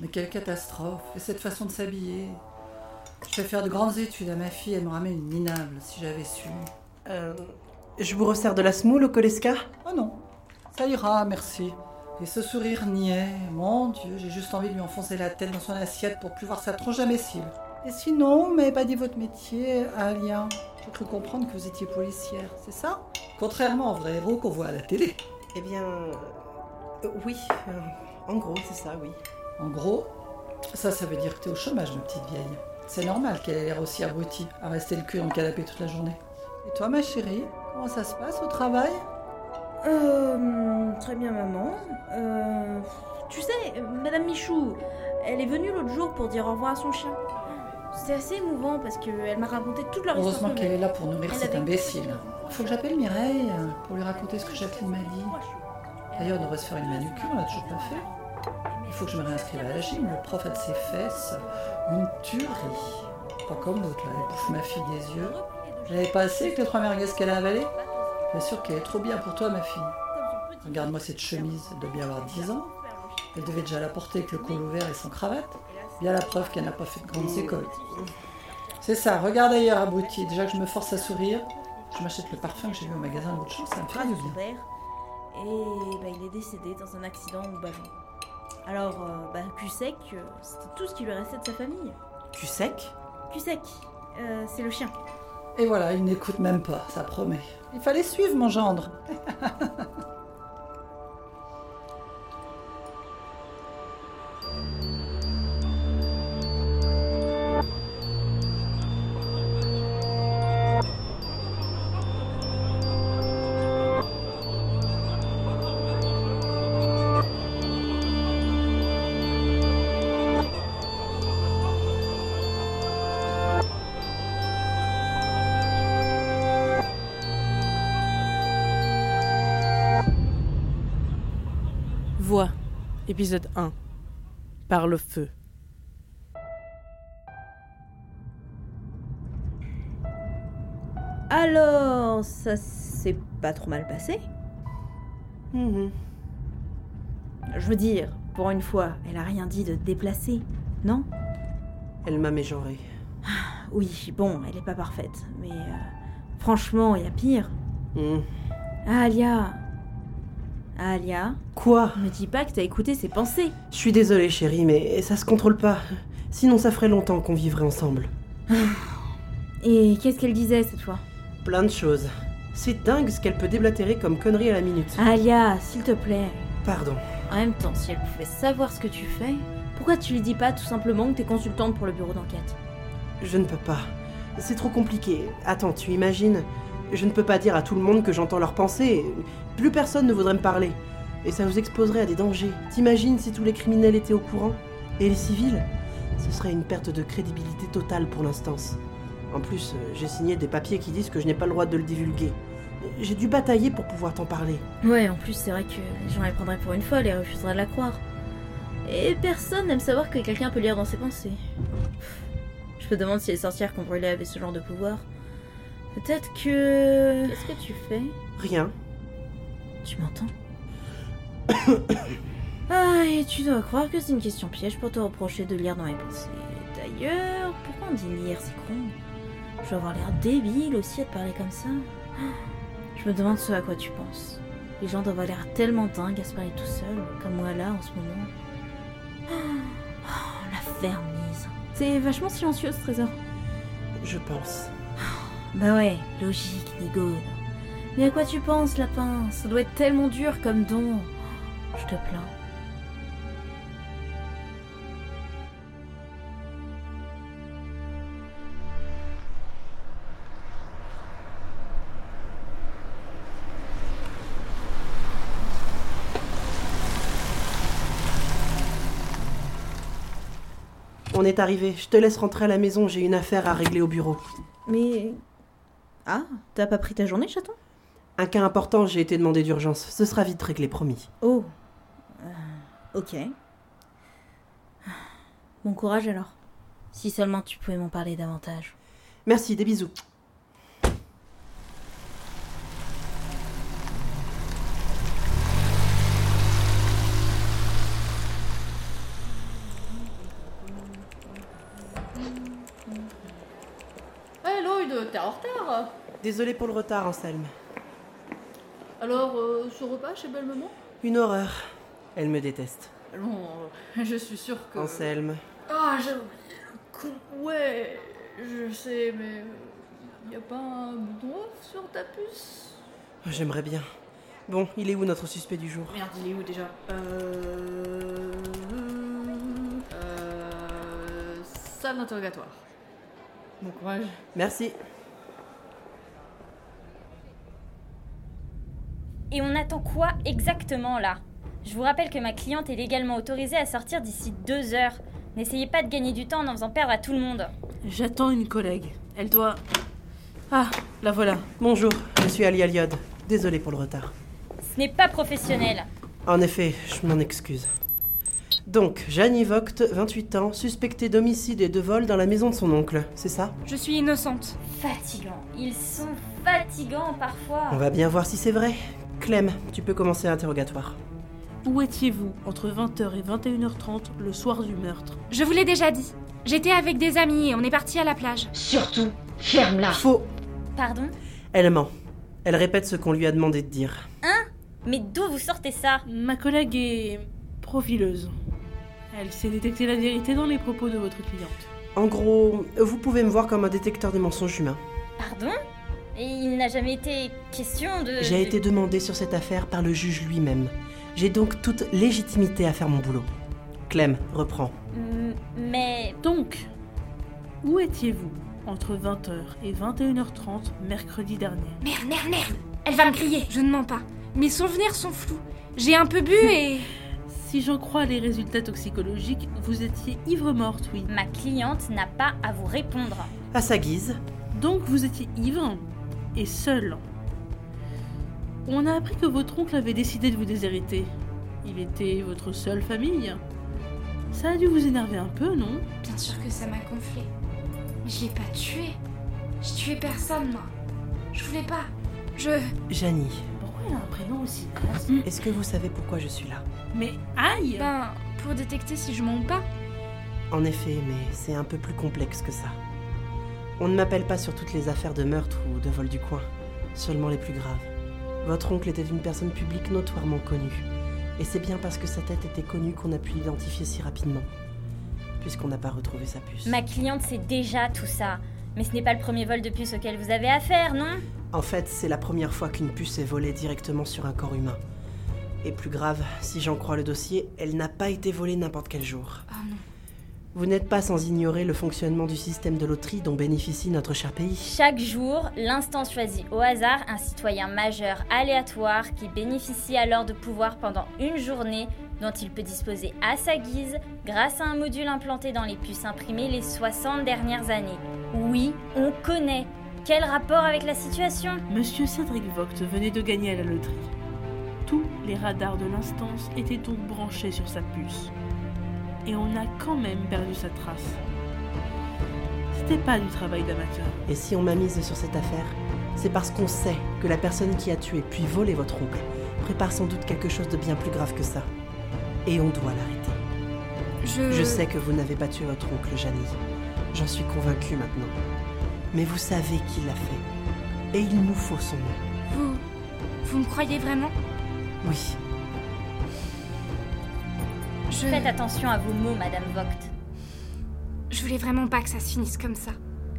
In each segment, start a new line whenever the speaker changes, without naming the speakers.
Mais quelle catastrophe Et cette façon de s'habiller Je vais faire de grandes études à ma fille, elle me ramène une minable si j'avais su.
Euh, je vous resserre de la semoule au colesca
Oh non, ça ira, merci. Et ce sourire niais, mon Dieu, j'ai juste envie de lui enfoncer la tête dans son assiette pour plus voir sa tronche imbécile. Et sinon, vous m'avez pas dit votre métier, Alia. J'ai cru comprendre que vous étiez policière, c'est ça Contrairement aux vrais héros qu'on voit à la télé.
Eh bien, euh, oui, euh, en gros, c'est ça, oui.
En gros, ça, ça veut dire que t'es au chômage, ma petite vieille. C'est normal qu'elle ait l'air aussi abrutie à rester le cul dans le canapé toute la journée. Et toi, ma chérie, comment ça se passe au travail
Ah, Euh, très bien, maman. Euh, tu sais, Madame Michou, elle est venue l'autre jour pour dire au revoir à son chien. C'est assez émouvant parce qu'elle m'a raconté toute leur histoire.
Heureusement qu'elle est là pour nourrir
Elle
cet
avait-
imbécile. Faut que j'appelle Mireille pour lui raconter ce que Jacqueline m'a dit. D'ailleurs, on devrait se faire une manucure, on l'a toujours pas fait. Il faut que je me réinscrive à la gym, le prof a de ses fesses. Une tuerie. Pas comme l'autre, là, elle bouffe ma fille des yeux. J'avais pas assez avec les trois merguez qu'elle a avalées Bien sûr qu'elle est trop bien pour toi, ma fille. Regarde-moi cette chemise, elle doit bien avoir 10 ans. Elle devait déjà la porter avec le col ouvert et sans cravate. Bien la preuve qu'elle n'a pas fait de grandes écoles. C'est ça, regarde ailleurs, abruti. Déjà que je me force à sourire, je m'achète le parfum que j'ai vu au magasin l'autre jour, ça me fait
phrase
du
de son
bien.
père. Et bah, il est décédé dans un accident au Bavon. Alors, euh, bah, Cusec, euh, c'était tout ce qui lui restait de sa famille.
Tu sec
Cusec, euh, c'est le chien.
Et voilà, il n'écoute même pas, ça promet. Il fallait suivre mon gendre.
Voix, épisode 1. Par le feu.
Alors, ça s'est pas trop mal passé.
Mhm.
Je veux dire, pour une fois, elle a rien dit de déplacé, non
Elle m'a mégenré.
Oui, bon, elle est pas parfaite, mais euh, franchement, il y a pire.
Hmm.
Alia Alia,
Quoi
me dis pas que t'as écouté ses pensées.
Je suis désolée, chérie, mais ça se contrôle pas. Sinon, ça ferait longtemps qu'on vivrait ensemble.
Et qu'est-ce qu'elle disait cette fois
Plein de choses. C'est dingue ce qu'elle peut déblatérer comme connerie à la minute.
Alia, s'il te plaît.
Pardon.
En même temps, si elle pouvait savoir ce que tu fais, pourquoi tu lui dis pas tout simplement que t'es consultante pour le bureau d'enquête
Je ne peux pas. C'est trop compliqué. Attends, tu imagines Je ne peux pas dire à tout le monde que j'entends leurs pensées. Plus personne ne voudrait me parler. Et ça vous exposerait à des dangers. T'imagines si tous les criminels étaient au courant Et les civils Ce serait une perte de crédibilité totale pour l'instance. En plus, euh, j'ai signé des papiers qui disent que je n'ai pas le droit de le divulguer. J'ai dû batailler pour pouvoir t'en parler.
Ouais, en plus, c'est vrai que les gens la prendraient pour une folle et refuseraient de la croire. Et personne n'aime savoir que quelqu'un peut lire dans ses pensées. Pff, Je me demande si les sorcières qu'on brûlait avaient ce genre de pouvoir. Peut-être que. Qu'est-ce que tu fais
Rien.
Tu m'entends Ah, et tu dois croire que c'est une question piège pour te reprocher de lire dans mes pensées. D'ailleurs, pourquoi on dit lire, c'est con Je dois avoir l'air débile aussi à te parler comme ça. Ah, Je me demande ce à quoi tu penses. Les gens doivent avoir l'air tellement dingues à se parler tout seul, comme moi là en ce moment. Oh, la fermise. C'est vachement silencieux ce trésor.
Je pense.
Bah ouais, logique, Nigone. Mais à quoi tu penses, lapin Ça doit être tellement dur comme don. Je te plains.
On est arrivé. Je te laisse rentrer à la maison. J'ai une affaire à régler au bureau.
Mais. Ah, t'as pas pris ta journée, chaton
Un cas important, j'ai été demandé d'urgence. Ce sera vite réglé, promis.
Oh. Euh, ok. Bon courage alors. Si seulement tu pouvais m'en parler davantage.
Merci, des bisous.
euh, t'es en retard.
Désolé pour le retard, Anselme.
Alors, euh, ce repas chez Belle Maman
Une horreur. Elle me déteste.
Allons, euh, je suis sûre que.
Anselme.
Ah, j'ai oublié le coup. Ouais, je sais, mais. euh, Y a pas un bouton off sur ta puce
J'aimerais bien. Bon, il est où notre suspect du jour
Merde, il est où déjà Euh. Euh. Salle d'interrogatoire. Bon courage.
Merci.
Et on attend quoi exactement là Je vous rappelle que ma cliente est légalement autorisée à sortir d'ici deux heures. N'essayez pas de gagner du temps en en faisant perdre à tout le monde.
J'attends une collègue. Elle doit. Ah, la voilà.
Bonjour, je suis Ali Aliod. Désolé pour le retard.
Ce n'est pas professionnel.
En effet, je m'en excuse. Donc, Jeanne Vogt, 28 ans, suspectée d'homicide et de vol dans la maison de son oncle, c'est ça
Je suis innocente.
Fatigant. Ils sont fatigants parfois.
On va bien voir si c'est vrai. Clem, tu peux commencer l'interrogatoire.
Où étiez-vous entre 20h et 21h30 le soir du meurtre
Je vous l'ai déjà dit. J'étais avec des amis et on est parti à la plage.
Surtout, ferme-la.
Faux
Pardon
Elle ment. Elle répète ce qu'on lui a demandé de dire.
Mais d'où vous sortez ça
Ma collègue est. profileuse. Elle sait détecter la vérité dans les propos de votre cliente.
En gros, vous pouvez me voir comme un détecteur de mensonges humains.
Pardon Et il n'a jamais été question de.
J'ai
de-
été demandé sur cette affaire par le juge lui-même. J'ai donc toute légitimité à faire mon boulot. Clem, reprends.
M- Mais.
Donc, où étiez-vous entre 20h et 21h30 mercredi dernier
Merde, merde, merde Elle va me crier, je ne mens pas. Mes souvenirs sont flous. J'ai un peu bu et.
Si j'en crois les résultats toxicologiques, vous étiez ivre-morte, oui.
Ma cliente n'a pas à vous répondre.
À sa guise,
Donc vous étiez ivre et seul. On a appris que votre oncle avait décidé de vous déshériter. Il était votre seule famille. Ça a dû vous énerver un peu, non
Bien sûr que ça m'a gonflé. Mais je l'ai pas tué. Je tuais personne, moi. Je voulais pas. Je.
Janie,
Pourquoi il a un prénom aussi classe
est-ce que vous savez pourquoi je suis là
Hmm. Mais aïe
Ben, pour détecter si je mens ou pas.
En effet, mais c'est un peu plus complexe que ça. On ne m'appelle pas sur toutes les affaires de meurtre ou de vol du coin, seulement les plus graves. Votre oncle était une personne publique notoirement connue, et c'est bien parce que sa tête était connue qu'on a pu l'identifier si rapidement, puisqu'on n'a pas retrouvé sa puce.
Ma cliente sait déjà tout ça. Mais ce n'est pas le premier vol de puce auquel vous avez affaire, non
En fait, c'est la première fois qu'une puce est volée directement sur un corps humain. Et plus grave, si j'en crois le dossier, elle n'a pas été volée n'importe quel jour.
Oh non.
Vous n'êtes pas sans ignorer le fonctionnement du système de loterie dont bénéficie notre cher pays.
Chaque jour, l'instance choisit au hasard un citoyen majeur aléatoire qui bénéficie alors de pouvoirs pendant une journée dont il peut disposer à sa guise grâce à un module implanté dans les puces imprimées les 60 dernières années. Oui, on connaît. Quel rapport avec la situation
Monsieur Cédric Vogt venait de gagner à la loterie. Tous les radars de l'instance étaient donc branchés sur sa puce. Et on a quand même perdu sa trace. C'était pas du travail d'amateur.
Et si on m'a mise sur cette affaire, c'est parce qu'on sait que la personne qui a tué puis volé votre oncle prépare sans doute quelque chose de bien plus grave que ça. Et on doit l'arrêter.
Je.
Je sais que vous n'avez pas tué votre oncle Janie. J'en suis convaincue maintenant. Mais vous savez qui l'a fait. Et il nous faut son nom.
Vous. Vous me croyez vraiment
Oui,
Je.
Faites attention à vos mots, Madame Vogt.
Je voulais vraiment pas que ça se finisse comme ça.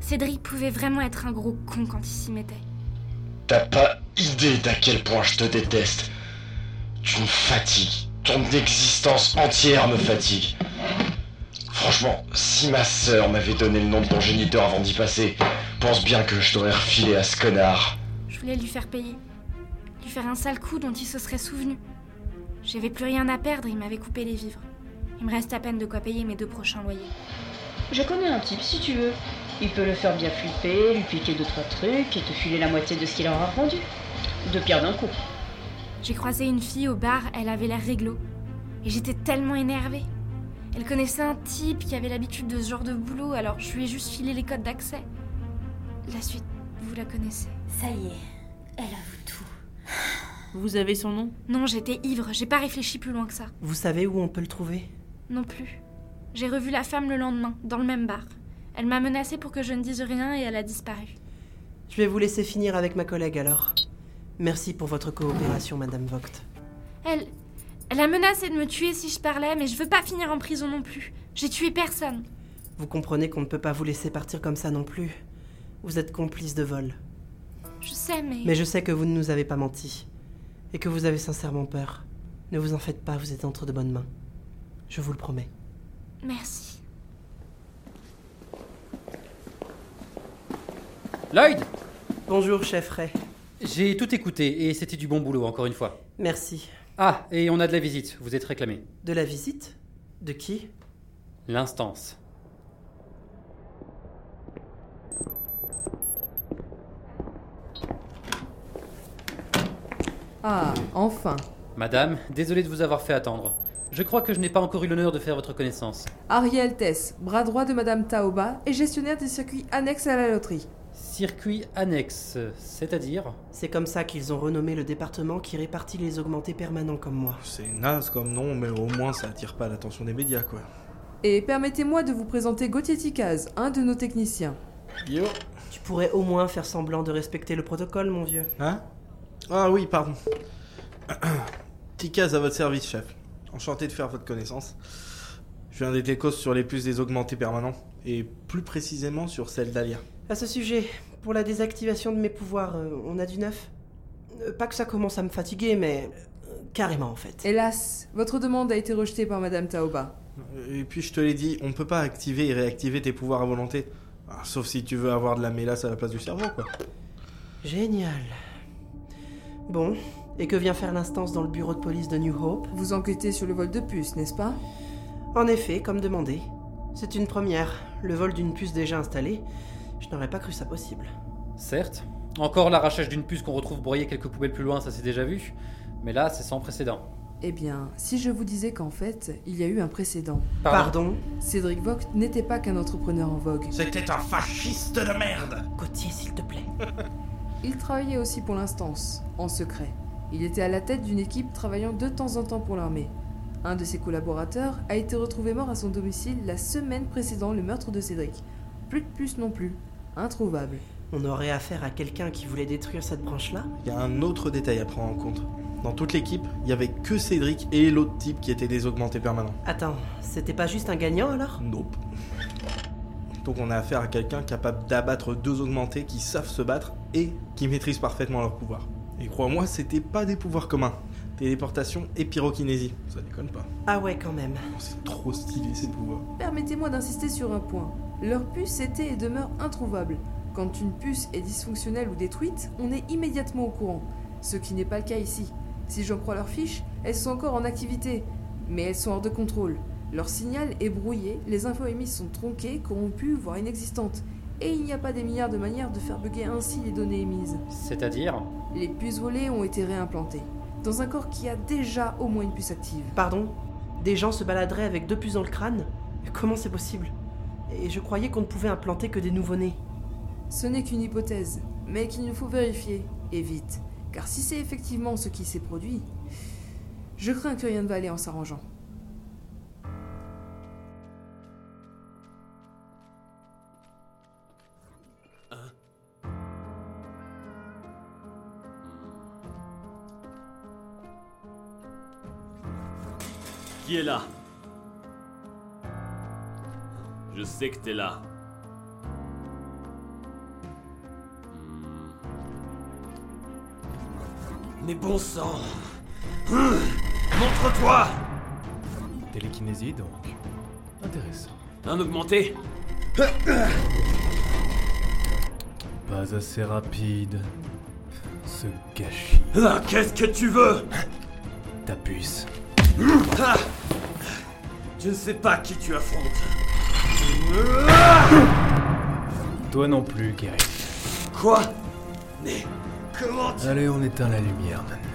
Cédric pouvait vraiment être un gros con quand il s'y mettait.
T'as pas idée d'à quel point je te déteste. Tu me fatigues. Ton existence entière me fatigue. Franchement, si ma sœur m'avait donné le nom de ton géniteur avant d'y passer, pense bien que je t'aurais refilé à ce connard.
Je voulais lui faire payer. Lui faire un sale coup dont il se serait souvenu. J'avais plus rien à perdre, il m'avait coupé les vivres. Il me reste à peine de quoi payer mes deux prochains loyers.
Je connais un type si tu veux. Il peut le faire bien flipper, lui piquer deux trois trucs et te filer la moitié de ce qu'il aura vendu. De pierre d'un coup.
J'ai croisé une fille au bar, elle avait l'air réglo. Et j'étais tellement énervée. Elle connaissait un type qui avait l'habitude de ce genre de boulot, alors je lui ai juste filé les codes d'accès. La suite, vous la connaissez.
Ça y est, elle avoue tout.
Vous avez son nom
Non, j'étais ivre, j'ai pas réfléchi plus loin que ça.
vous savez où on peut le trouver
Non plus. J'ai revu la femme le lendemain, dans le même bar. Elle m'a menacée pour que je ne dise rien et elle a disparu.
Je vais vous laisser finir avec ma collègue alors. Merci pour votre coopération, Madame Vogt.
Elle. La menace est de me tuer si je parlais, mais je veux pas finir en prison non plus. J'ai tué personne.
Vous comprenez qu'on ne peut pas vous laisser partir comme ça non plus. Vous êtes complice de vol.
Je sais, mais.
Mais je sais que vous ne nous avez pas menti. Et que vous avez sincèrement peur. Ne vous en faites pas, vous êtes entre de bonnes mains. Je vous le promets.
Merci.
Lloyd
Bonjour, chef Ray.
J'ai tout écouté et c'était du bon boulot, encore une fois.
Merci.
Ah, et on a de la visite, vous êtes réclamé.
De la visite De qui
L'instance.
Ah, enfin.
Madame, désolé de vous avoir fait attendre. Je crois que je n'ai pas encore eu l'honneur de faire votre connaissance.
Ariel Tess, bras droit de Madame Taoba et gestionnaire des circuits annexes à la loterie.
Circuit annexe, c'est-à-dire
C'est comme ça qu'ils ont renommé le département qui répartit les augmentés permanents comme moi.
C'est naze comme nom, mais au moins ça attire pas l'attention des médias, quoi.
Et permettez-moi de vous présenter Gauthier Ticaz, un de nos techniciens.
Yo
Tu pourrais au moins faire semblant de respecter le protocole, mon vieux.
Hein Ah oui, pardon. Ticaz à votre service, chef. Enchanté de faire votre connaissance. Je viens d'être causes sur les plus des augmentés permanents, et plus précisément sur celle d'Alia.
À ce sujet, pour la désactivation de mes pouvoirs, euh, on a du neuf Euh, Pas que ça commence à me fatiguer, mais. euh, carrément en fait.
Hélas, votre demande a été rejetée par Madame Taoba.
Et puis je te l'ai dit, on peut pas activer et réactiver tes pouvoirs à volonté. Ah, Sauf si tu veux avoir de la mélasse à la place du cerveau, quoi.
Génial. Bon, et que vient faire l'instance dans le bureau de police de New Hope
Vous enquêtez sur le vol de puces, n'est-ce pas
En effet, comme demandé. C'est une première. Le vol d'une puce déjà installée, je n'aurais pas cru ça possible.
Certes. Encore l'arrachage d'une puce qu'on retrouve broyée quelques poubelles plus loin, ça s'est déjà vu. Mais là, c'est sans précédent.
Eh bien, si je vous disais qu'en fait, il y a eu un précédent.
Pardon,
Cédric Vogt n'était pas qu'un entrepreneur en vogue.
C'était un fasciste de merde
Gauthier, s'il te plaît.
Il travaillait aussi pour l'instance, en secret. Il était à la tête d'une équipe travaillant de temps en temps pour l'armée. Un de ses collaborateurs a été retrouvé mort à son domicile la semaine précédant le meurtre de Cédric. Plus de puce non plus. Introuvable.
On aurait affaire à quelqu'un qui voulait détruire cette branche-là
Il y a un autre détail à prendre en compte. Dans toute l'équipe, il y avait que Cédric et l'autre type qui étaient des augmentés permanents.
Attends, c'était pas juste un gagnant alors
Nope. Donc on a affaire à quelqu'un capable d'abattre deux augmentés qui savent se battre et qui maîtrisent parfaitement leur pouvoir. Et crois-moi, c'était pas des pouvoirs communs. Téléportation et pyrokinésie. Ça déconne pas.
Ah ouais, quand même.
Oh, C'est trop stylé ces pouvoirs.
Permettez-moi d'insister sur un point. Leur puce était et demeure introuvable. Quand une puce est dysfonctionnelle ou détruite, on est immédiatement au courant. Ce qui n'est pas le cas ici. Si j'en crois leurs fiches, elles sont encore en activité. Mais elles sont hors de contrôle. Leur signal est brouillé, les infos émises sont tronquées, corrompues, voire inexistantes. Et il n'y a pas des milliards de manières de faire bugger ainsi les données émises.
C'est-à-dire
Les puces volées ont été réimplantées. Dans un corps qui a déjà au moins une puce active.
Pardon Des gens se baladeraient avec deux puces dans le crâne Comment c'est possible Et je croyais qu'on ne pouvait implanter que des nouveau-nés.
Ce n'est qu'une hypothèse, mais qu'il nous faut vérifier, et vite. Car si c'est effectivement ce qui s'est produit, je crains que rien ne va aller en s'arrangeant.
Qui est là Je sais que t'es là.
Mais bon sang Hum, Montre-toi
Télékinésie donc. Intéressant.
Un augmenté
Pas assez rapide. Ce gâchis.
Ah, Qu'est-ce que tu veux
Ta puce.
Hum, ah Je ne sais pas qui tu affrontes.
Toi non plus, Gary.
Quoi Mais comment tu...
Allez, on éteint la lumière maintenant.